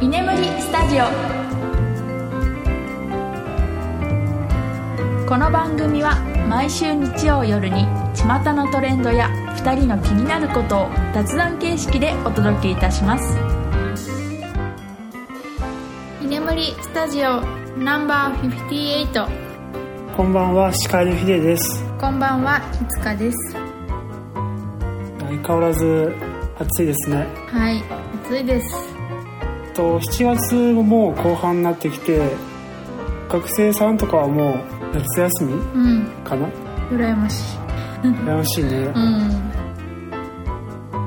居眠りスタジオこの番組は毎週日曜夜に巷のトレンドや2人の気になることを雑談形式でお届けいたします居眠りスタジオナンバー58こんばんは、司会のヒデです。こんばんはいつかです相変わらず暑いですね。はい暑いですと7月ももう後半になってきて、学生さんとかはもう夏休みうんかな羨ましい羨ましいねう。ん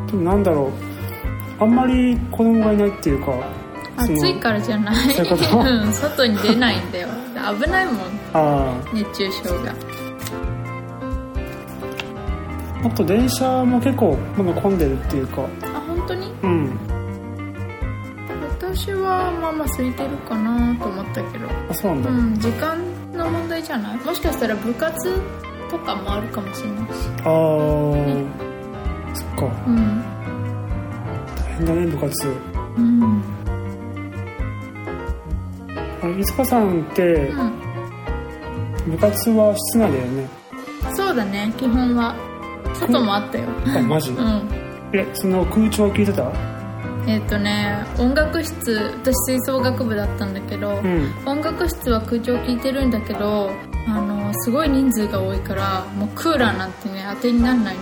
でもなんだろう、あんまり子供がいないっていうか、その暑いからじゃないそういうこ とうん外に出ないんだよ危ないもんあ熱中症があ、あと電車も結構まだ混んでるっていうか、あ本当にうん。私はまあまあ空いてるかなと思ったけどあ、そうなんうだ。ん時間の問題じゃないもしかしたら部活とかもあるかもしれないしああ、そっか、うん大変だね、部活。うんあれ、いつかさんってうん部活は室内だよね。そうだね基本は外もあったよあ、マジうんえ、その空調聞いてたえっ、とね音楽室私吹奏楽部だったんだけど、うん。音楽室は空調効いてるんだけどあのすごい人数が多いからもうクーラーなんてね当てにならないの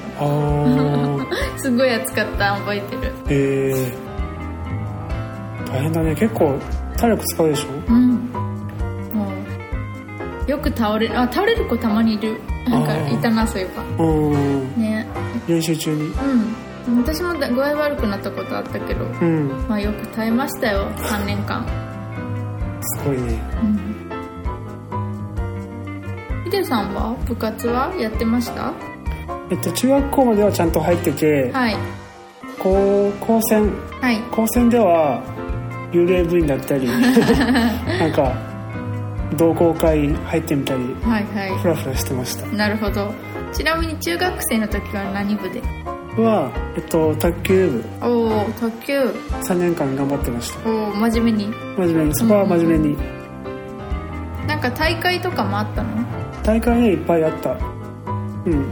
あー すごい暑かった覚えてるえー、大変だね結構体力使うでしょうんもうよく倒れるあ倒れる子たまにいるなんあかーいたなそういえばうーんね練習中にうん私もだ具合悪くなったことあったけどうんまあよく耐えましたよ3年間すごいねうんヒデさんは部活はやってましたえっと中学校まではちゃんと入っててはい高校戦はい高専では幽霊部員だったり なんか同好会入ってみたりはいはいフラフラしてましたなるほどちなみに中学生の時は何部では、えっと、卓球部おお卓球3年間頑張ってましたおお真面目に真面目にそこは真面目になんか大会とかもあったの大会ねいっぱいあったうん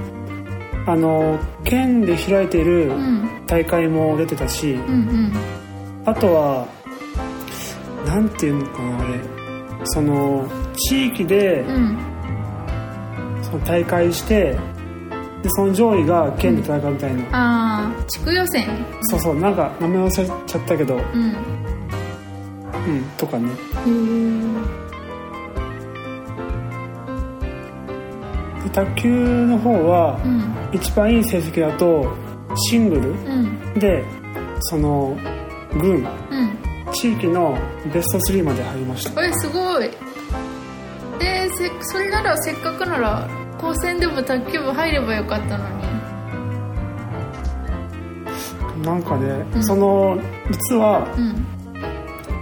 あの県で開いてるうん大会も出てたし、うんうんあとはなんていうのかなあれその地域でうんその大会してでその上位が県で戦うみたいな、ああ地区予選そうそうなんか名前忘れちゃったけどうんうんとかねへで卓球の方はえうん一番いい成績だとシングうんルでその軍うん地域のベスト3まで入りましたこれすごいえー、せそれならせっかくなら高専でも卓球部入ればよかったのになんかね、うんその実はうん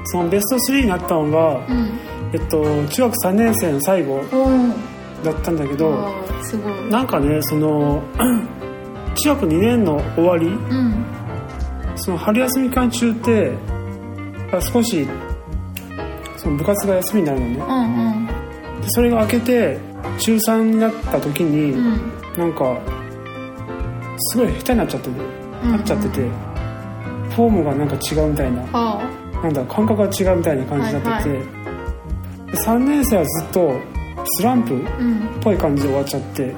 そのベスト3になったのが、うんえっと、中学3年生の最後おだったんだけおど、おーすごいなんかねその 中学2年の終わりうんその春休み期間中ってあ少しその部活が休みになるのねうんうんでそれが明けて中3になった時に、うんなんかすごい下手になっちゃっててなっちゃってて、フォームがなんか違うみたいなはなんだ感覚が違うみたいな感じになってはて、いで3年生はずっとスランプっあうんぽい感じで終わっちゃって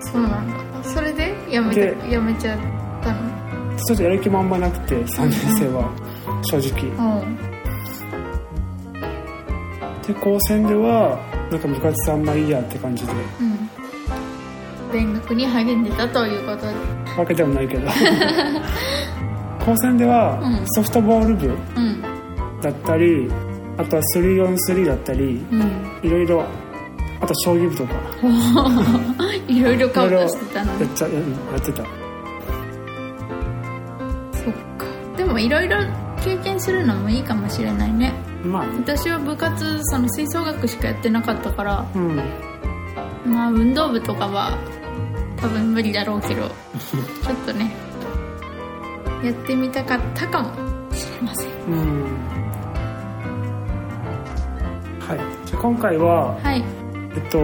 そうなんだそれでやめでたやめちゃったのちょっとやる気もあんまなくて3年生は正直うんで高専ではなんか部活あんまいいやって感じでうん勉学に励んでたということでわけでもな いけど高専ではうんソフトボール部うんだったりあとは 3on3 だったりうんいろいろあと将棋部とかいろいろ顔いろい出ろやしてたのっちゃややってたそっかでもいろいろ経験するのもいいかもしれないねまあね私は部活その吹奏楽しかやってなかったからうんまあ運動部 とかは多分無理だろうけどちょっとねやってみたかったかもしれませんうんはいじゃあ今回ははいえっと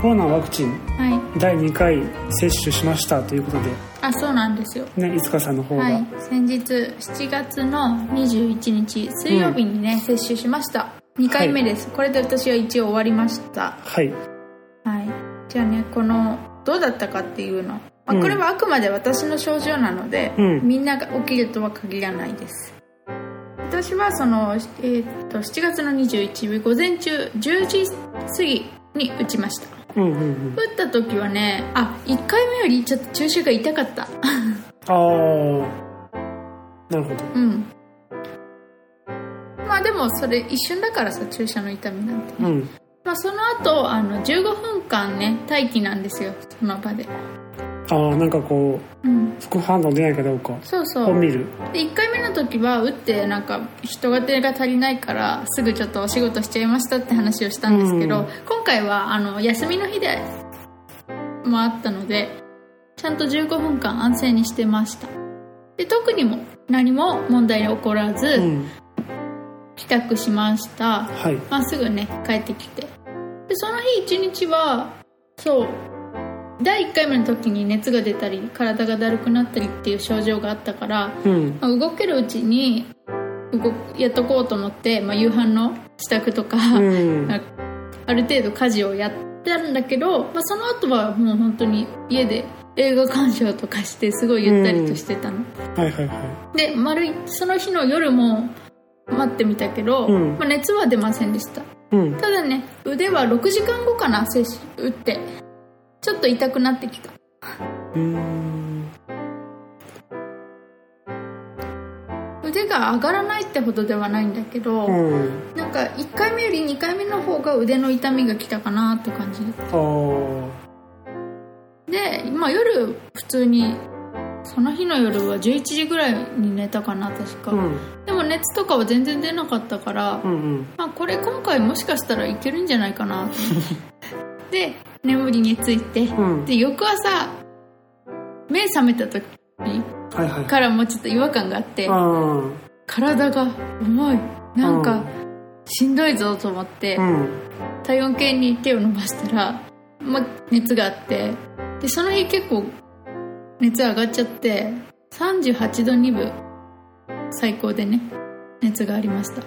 コロナワクチンはい第2回接種しましたということあそうなんですよでねいつかさんの方が、はい先日7月の21日水曜日にね、接種しました2回目です、これで私は一応終わりましたはいはいじゃあねこのどうだったかっていうの、まあうんこれはあくまで私の症状なので、うんみんなが起きるとは限らないです私はその、えーっと7月の21日午前中10時過ぎに打ちましたうんうんうん打った時はねあ1回目よりちょっと注射が痛かったああなるほどうんまあでもそれ一瞬だからさ注射の痛みなんて、うんまあ、その後あの15分間ね待機なんですよその場でああなんかこうんう副反応出ないかどうかそうそをう見るで1回目の時は打ってなんか人が手が足りないからすぐちょっとお仕事しちゃいましたって話をしたんですけど、うん今回はあの休みの日でもあったのでちゃんと15分間安静にしてましたで特にも何も問題起こらず、うん帰宅しましたはいまあ、すぐね帰ってきてでその日一日はそう第1回目の時に熱が出たり体がだるくなったりっていう症状があったから、うんまあ動けるうちに動くやっとこうと思って、まあ、夕飯の支度とか、うんなんかある程度家事をやったんだけど、まあ、その後はもう本当に家で映画鑑賞とかしてすごいゆったりとしてたの、はいはいはで丸いその日の夜も待ってみたけど、うんまあ、熱は出ませんでしたいうんただね腕は6時間後かな接種打ってちょっと痛くなってきたうーん腕が上がらないってほどではないんだけど、うんなんか1回目より2回目の方が腕の痛みがきたかなって感じああで、まあ、夜普通にその日の夜は11時ぐらいに寝たかな確か、うんでも熱とかは全然出なかったから、うんうんまあ、これ今回もしかしたらいけるんじゃないか なと思ってで眠りについて、うんで翌朝目覚めた時はいはいからもちょっと違和感があってあ体が重いなんうかんしんどいぞと思ってあうん体温計に手を伸ばしたら、ま、熱があってでその日結構熱上がっちゃって38度2分最高でね熱がありました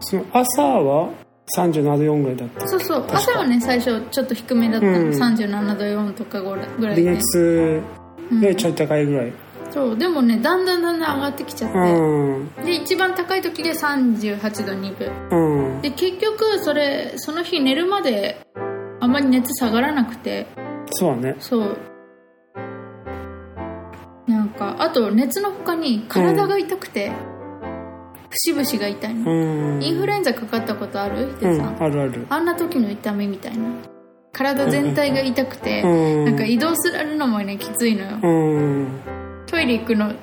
その朝は37度4ぐらいだったそうそうか朝はね最初ちょっと低めだったの、うん37度4とか5ぐらい微で、熱うんでちょい高いぐらいそうでもねだんだんだんだん上がってきちゃって、うんで一番高い時で38度2分うんで結局それその日寝るまであまり熱下がらなくてそうだねそうなんかあと熱の他に体が痛くて、節々が痛いの、うんインフルエンザかかったことあるヒうデさん、んあるあるあんな時の痛みみたいな体全体が痛くて、うんなんか移動するのもねきついのよ、うんトイレ行くのだ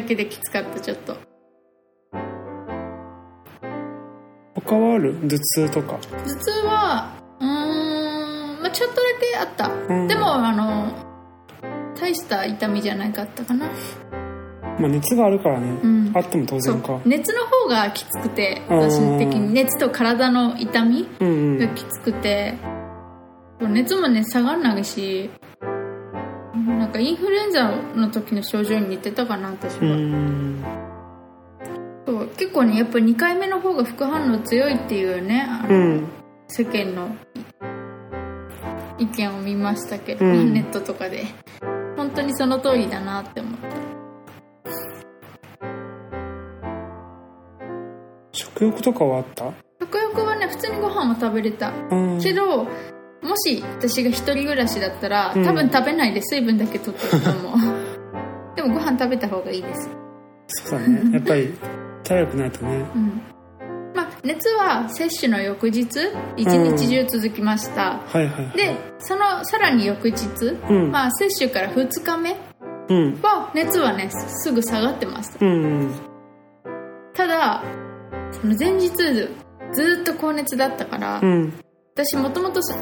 けできつかったちょっと他はある頭痛とか頭痛はうーん、まあ、ちょっとだけあった、うんでもあの大した痛みじゃなかったかなまあ熱があるからねうんあっても当そ然うか熱の方がきつくてうん私的に熱と体の痛みうんうがんきつくて、熱もね下がらないしなんかインフルエンザの時の症状に似てたかな私うは、んそう結構ねやっぱ2回目の方が副反応強いっていうねあうの、ん世間の意見を見ましたけど、うんネットとかで本当にその通りだなって思った食欲とかはあった食欲はね普通にご飯も食べれたうんけどもし私が一人暮らしだったらうん多分食べないで水分だけ取ってると思う でもご飯食べた方がいいですそうだねやっぱり体力ないとねうんまあ熱は接種の翌日一日中続きました、はいはいはいでそのさらに翌日、うんまあ、接種から2日目うんは熱はねすぐ下がってましたうんただその前日ずずーっと高熱だったから、うん私もともとさ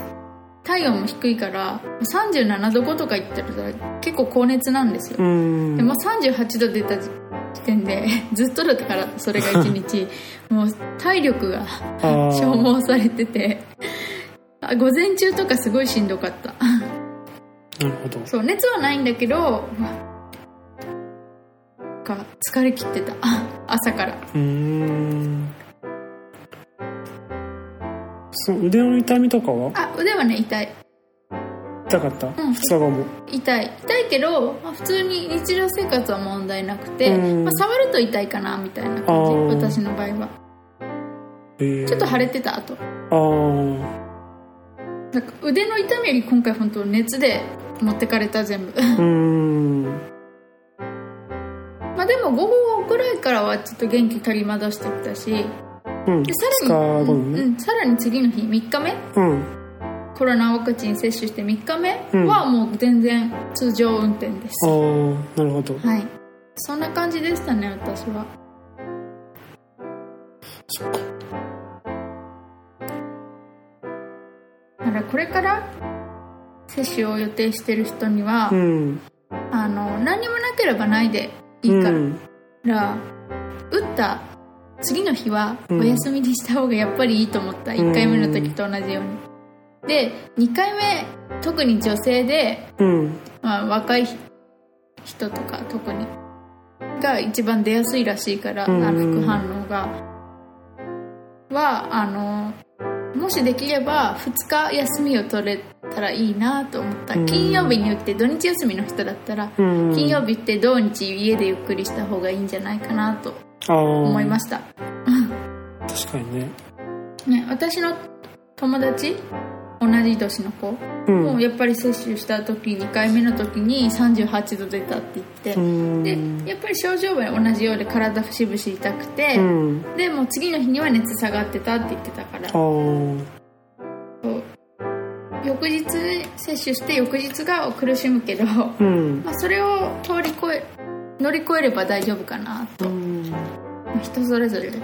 体温も低いから37度5とかいったら結構高熱なんですよ、うんでもう38度出た時点でずっとだったからそれが1日 もう体力があー消耗されててあ午前中とかすごいしんどかったなるほどそう熱はないんだけどか疲れ切ってた朝からうーんそう腕の痛みとかはあ腕はね痛い痛かった、うんふさがも痛い痛いけど、まあ、普通に日常生活は問題なくて、うんまあ、触ると痛いかなみたいなあー感じ私の場合はえーちょっと腫れてたあとあーなんか腕の痛みより今回本当熱で持ってかれた全部 うーんまあでも午後ぐらいからはちょっと元気取り戻してきたしでうんさらに、2日後うにんうねんさらに次の日3日目うん、コロナワクチン接種して3日目うんはもう全然通常運転です、ああなるほどはいそんな感じでしたね私はそっかだからこれから接種を予定してる人には、うんあの何にもなければないでいいかうん、ら、打った次の日はおうん休みにした方がやっぱりいいと思った、1回目の時と同じようにで2回目特に女性で、うん、まあ、若い人とか特にが一番出やすいらしいから、うんあの副反応がはあのもしできれば2日休みを取れたらいいなと思った、うん金曜日に打って土日休みの人だったら、うん、金曜日って土日家でゆっくりした方がいいんじゃないかなと思思いますした、確かにねね、私の友達同じ年の子、うんもうやっぱり接種した時2回目の時に38度出たって言うって、んでやっぱり症状は同じようで体節々痛くて、うんでもう次の日には熱下がってたって言ってたからあーそう翌日接種して翌日が苦しむけど、 まうんあ、それを通り越え乗り越えれば大丈夫かなとうん人それぞれで2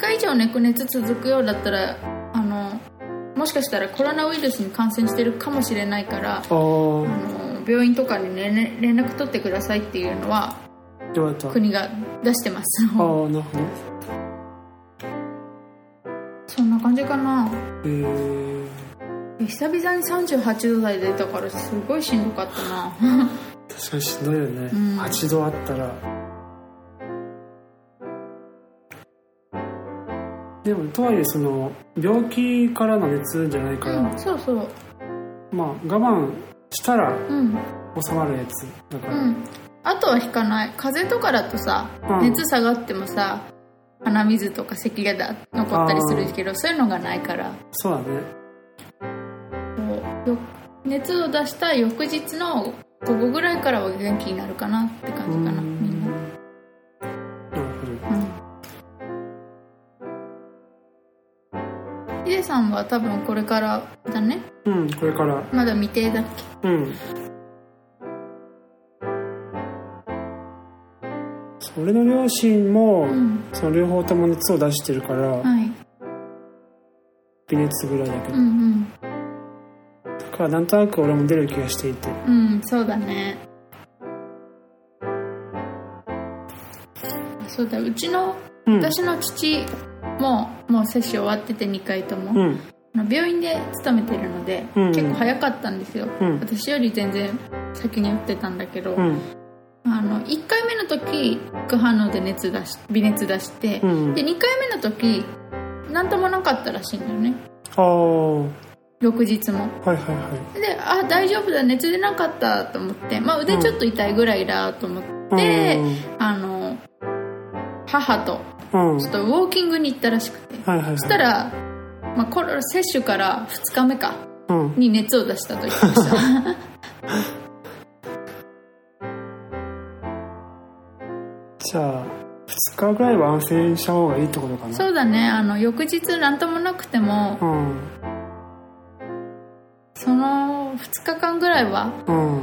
日以上ね熱続くようだったらあのもしかしたらコロナウイルスに感染してるかもしれないからああーの病院とかに、ね、連絡取ってくださいっていうのはよかったあ国が出してますあーなるほどそんな感じかなえー、久々に38度台出たからすごいしんどかったな確かにしんどいよね、うん8度あったらでもとはいえその病気からの熱じゃないから、うんそうそうまあ我慢したらうん収まるやつだかうら、んあとは引かない風邪とかだとさうん熱下がってもさ鼻水とか咳がだ残ったりするけどそういうのがないからそうだねこうよ熱を出した翌日の午後ぐらいからは元気になるかなって感じかなみんな、なるほどうん、ヒデさんは多分これからだねうんこれからまだ未定だっけうんそれの両親も、うんその両方とも熱を出してるからはい微熱ぐらいだけうど、んだからなんとなく俺も出る気がしていてうんうんそうだねそうだうちのうん私の父ももう接種終わってて2回とも、うんあの病院で勤めてるので、うん結構早かったんですよ、うん私より全然先に打ってたんだけど、うんあの1回目の時副反応で熱出し微熱出して、うんで2回目の時何ともなかったらしいんだよねああはい翌日もはいはいであ大丈夫だ熱出なかったと思って、まあ、腕ちょっと痛いぐらいだと思って、あの母とうん、うん、ちょっとウォーキングに行ったらしくてはいはいはいそしたら、まあ、これ接種から2日目かうんに熱を出したと言ってましたじゃあ2日ぐらいは安静にした方がいいってことかなそうだねあの翌日何ともなくてもうんその2日間ぐらいはうん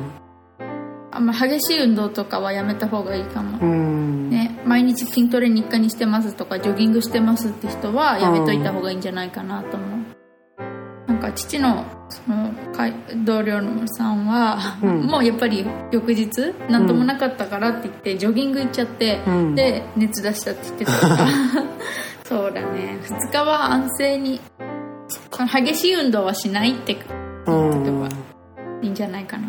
あんま激しい運動とかはやめた方がいいかもう、ん、ね、毎日筋トレ日課にしてますとかジョギングしてますって人はやめといた方がいいんじゃないかなと思うなんかか父のその会同僚のさんは、うんもうやっぱり翌日何ともなかったからって言ってジョギング行っちゃって、うんで熱出したって言って たからそうだね2日は安静に激しい運動はしないってうんうんいいんじゃないかな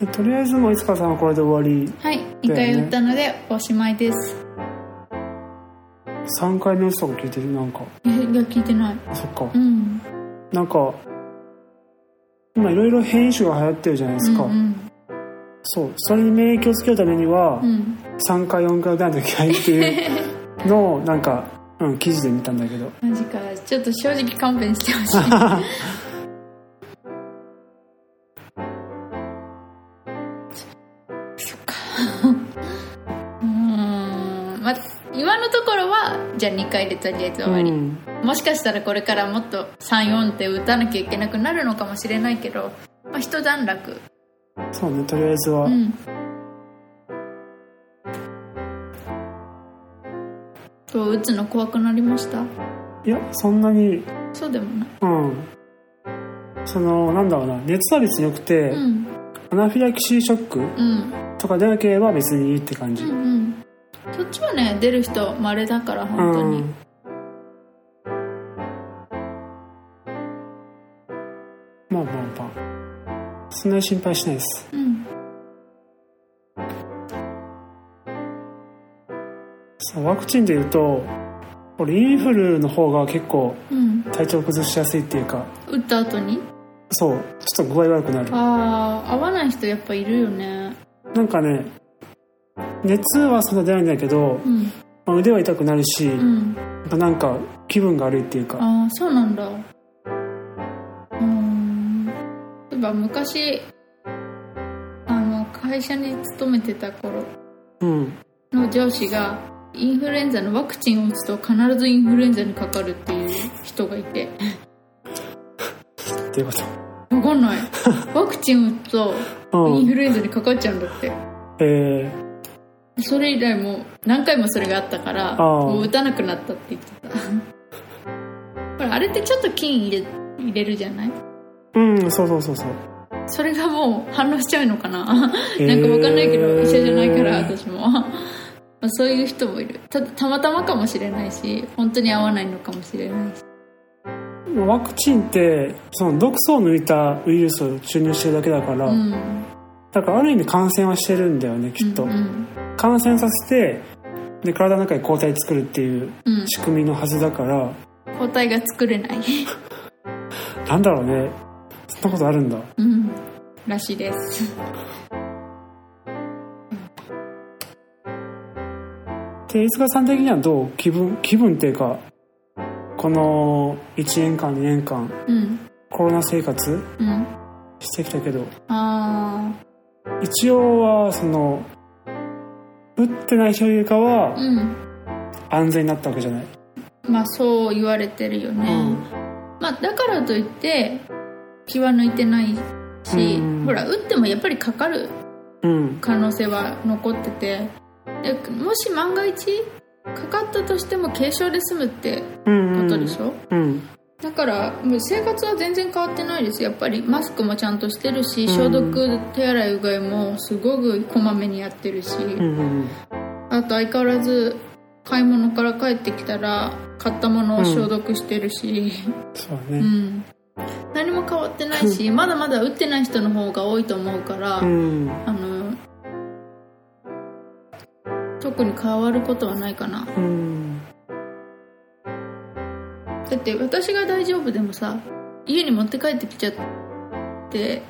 でとりあえずもういつかさんはこれで終わりはい2だよね回打ったのでおしまいです3回のやつとか聞いてるなんかえいや聞いてないそっかうんなんか今いろいろ変異種が流行ってるじゃないですか、うんそうそれに免疫をつけるためにはうん、うん3回4回打たなきゃいけないっていうのをなんか、うん、記事で見たんだけどマジかちょっと正直勘弁して ほしいそっかうーんまあ今のところはじゃあ2回でとりあえず終わり、うんもしかしたらこれからもっと34って打たなきゃいけなくなるのかもしれないけど、まあ、一段落そうねとりあえずは、うんそう打つの怖くなりましたいやそんなにそうでもないうんそのなんだろうな熱は別によくて、うんアナフィラキシーショックうんとか出なければ別にいいって感うじ、んうんそっちはね出る人稀だから本当に、うんまあまあまあそんなに心配しないですうんそうワクチンでいうと俺インフルの方が結構うん体調崩しやすいっていうか打った後にそうちょっと具合悪くなるああ合わない人やっぱいるよねなんかね熱はそんな出ないんだけど、うんまあ、腕は痛くなるし、うやんっぱなんか気分が悪いっていうかああそうなんだうーん例えば昔あの会社に勤めてた頃うんの上司がインフルエンザのワクチンを打つと必ずインフルエンザにかかるっていう人がいてっていうこと分かん ないワクチン打つとうインんフルエンザにかかっちゃうんだってえそれ以来もう何回もそれがあったからあーもう打たなくなったって言ってた ほらあれってちょっと菌入れ入れるじゃないー、うんそうそうそうそうそれがもう反応しちゃうのかな なんかえー分かんないけど医者じゃないから私も まあそういう人もいるたたまたまかもしれないし本当に合わないのかもしれないしワクチンってその毒素を抜いたウイルスを注入してるだけだから、うんだからある意味感染はしてるんだよねきっと、うんうん感染させてで体の中に抗体作るっていううん仕組みのはずだから抗体が作れない、 なんだろうねそんなことあるんだうん、らしいですで飯塚さん的にはどう気分気分っていうかこの1年間2年間うんコロナ生活うんしてきたけどあ一応はその打ってない人よりかあはうん安全になったわけじゃない、まあそう言われてるよね、まあだからといって気は抜いてないし、うんほら打ってもやっぱりかかるうん可能性は残っててでもし万が一かかったとしても軽症で済むってうんうこんとでしょ、うんだからもう生活は全然変わってないですやっぱりマスクもちゃんとしてるしん消毒手洗いうがいもすごくこまめにやってるし、うんうんあと相変わらず買い物から帰ってきたら買ったものを消毒してるし、そうだうねん何も変わってないしまだまだ打ってない人の方が多いと思うから、うんあの特に変わることはないかなうんだって私が大丈夫でもさ家に持って帰ってきちゃって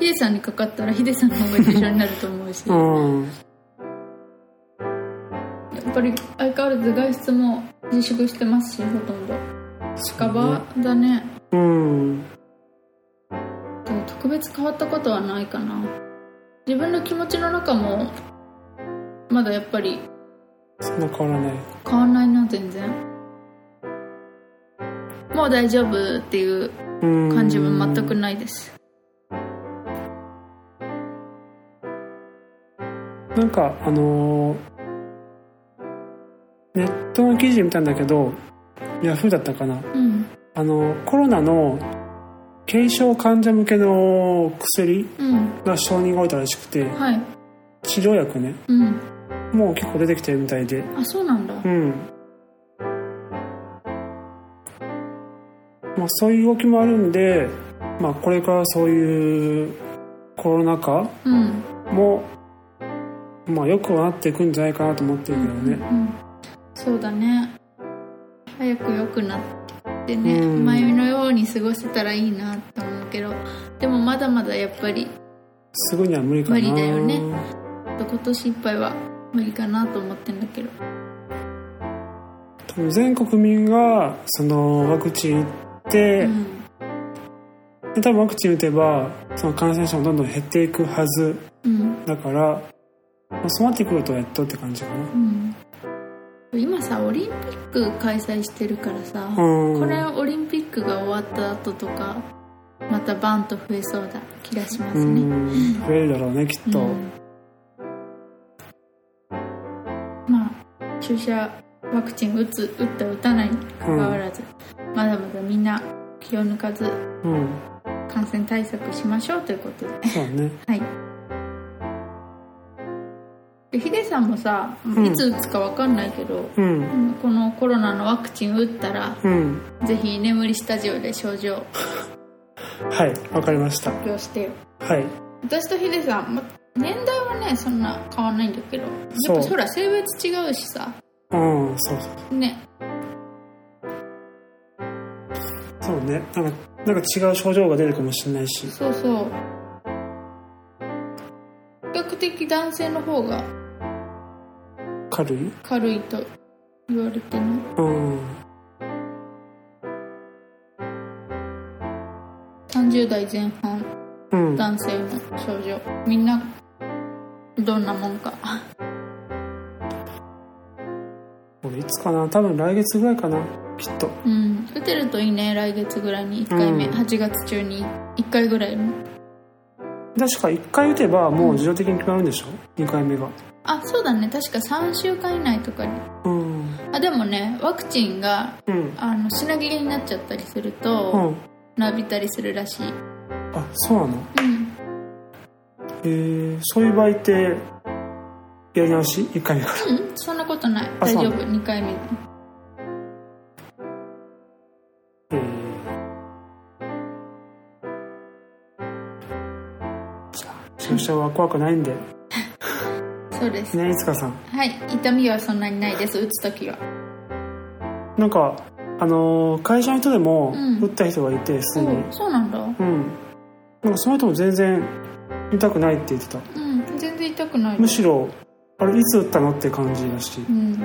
ヒデさんにかかったらヒデさんの方が重症になると思うしうやんっぱり相変わらず外出も自粛してますしほとんど近場だねうんでも特別変わったことはないかな自分の気持ちの中もまだやっぱりそんな変わらない変わんないな全然もう大丈夫っていううん感じは全くないですなんかあのーネットの記事見たんだけどヤフーだったかなうんあのコロナの軽症患者向けの薬うんが承認が下りたらしくてはい治療薬ねうんもう結構出てきてるみたいであそうなんだうんまあそういう動きもあるんで、まあ、これからそういうコロナ禍うんも、まあ、よくはなっていくんじゃないかなと思ってるけどね、うんそうだね早く良くなってね、うん前のように過ごせたらいいなって思うけどでもまだまだやっぱりすぐには無理かな無理だよね今年いっぱいは無理かなと思ってんだけど多分全国民がそのワクチン打って、うんで多分ワクチン打てばその感染者もどんどん減っていくはずうんだから、まあ、そうなってくるとやっとって感じかなうん今さオリンピック開催してるからさ、うんこれオリンピックが終わった後とかまたバンと増えそうだ気がしまうすねん増えるだろうねきっと、うんまあ注射ワクチン打つ打った打たないにかかわらず、まだまだみんな気を抜かずうん感染対策しましょうということでそうだねはいでヒデさんもさんいつ打つかわかんないけど、うんうんこのコロナのワクチン打ったらうんぜひ眠りスタジオで症状はいわかりました発表してよはい私とヒデさん、ま、年代はねそんな変わんないんだけどやっそうぱそら性別違うしさうんそうそうねそうねなんかなんか違う症状が出るかもしれないしそうそう比較的男性の方が軽い軽いと言われてねうん30代前半うん男性の症状みんなどんなもんかこれいつかな多分来月ぐらいかなきっとうん打てるといいね来月ぐらいに1回目、うん8月中に1回ぐらいの確か1回打てばもう自動的に決まるんでしょ2回目があそうだね確か3週間以内とかにうんあでもねワクチンがうんあの品切れになっちゃったりするうと、んなびたりするらしい、うん、あそうなのえー、そういう場合ってやり直し1回目かうらんそんなことないあ大そう丈夫2回目えー、じゃあ注射は怖くないんでそうです、ねいつかさんはい痛みはそんなにないです打つ時はなんかあのー会社の人でもうん打った人がいて普通そにうそうなんだうん、なんかその人も全然痛くないって言ってたうん全然痛くないむしろあれいつ打ったのって感じらしいへうん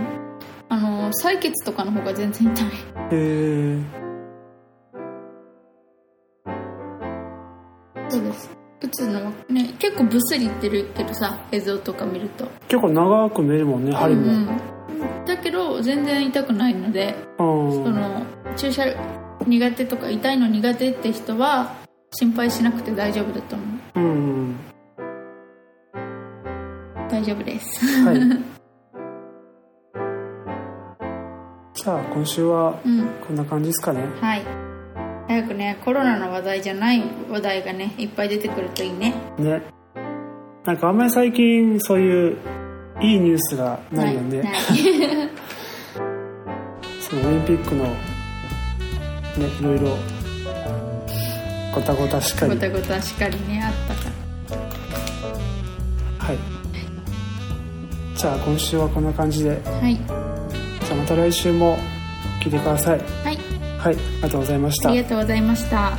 あの採血とかの方が全然痛いえー、そうです打つのはね結構ブスリってるけどさ映像とか見ると結構長く見えるもんね針も、うんうんだけど全然痛くないのでうんその注射苦手とか痛いの苦手って人は心配しなくて大丈夫だと思ううん大丈夫です はい じゃあ今週はうんこんな感じですかねはい早くねコロナの話題じゃない話題がねいっぱい出てくるといいねねなんかあんまり最近そういういいニュースがないよねないそのオリンピックのねいろいろごたごたしっかりごたごたしかりねあったからはいじゃあ今週はこんな感じではいじゃあまた来週も聞いてくださいはいはいありがとうございましたありがとうございました